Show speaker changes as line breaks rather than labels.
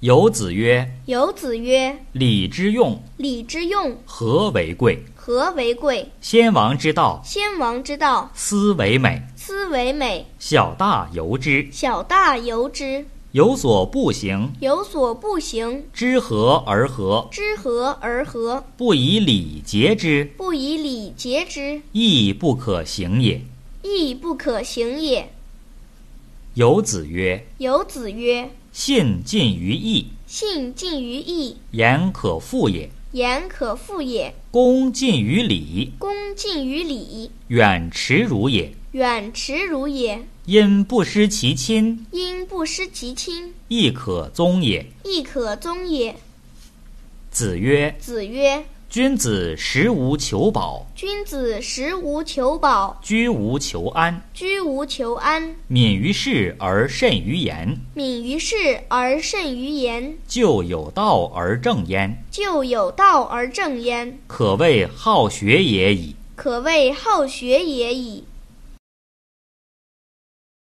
有子曰
有子曰：“
礼之用，：“
礼之用，
和为贵。
和为贵。
先王之道，
先王之道，
斯为美。
斯为美。
小大由之，
小大由之。
有所不行，
有所不行，
知和而和。
知和而和，
不以礼节之，
不以礼节之，
亦不可行也。”
亦不可行也。”
有子曰
有子曰：“
信近于义，：“
信近于义，
言可复也；
言可复也；
恭近于礼，
恭近于礼，
远耻辱也。
远耻辱也。
因不失其亲，
因不失其亲，
亦可宗也。”
亦可宗也。”
子曰”
子曰：“
君子食无求饱，：“
君子食无求饱，
居无求安，
居无求安。
敏于事而慎于言，
敏于事而慎于言，
就有道而正焉，
就有道而正焉，
可谓好学也已。”
可谓好学也已。”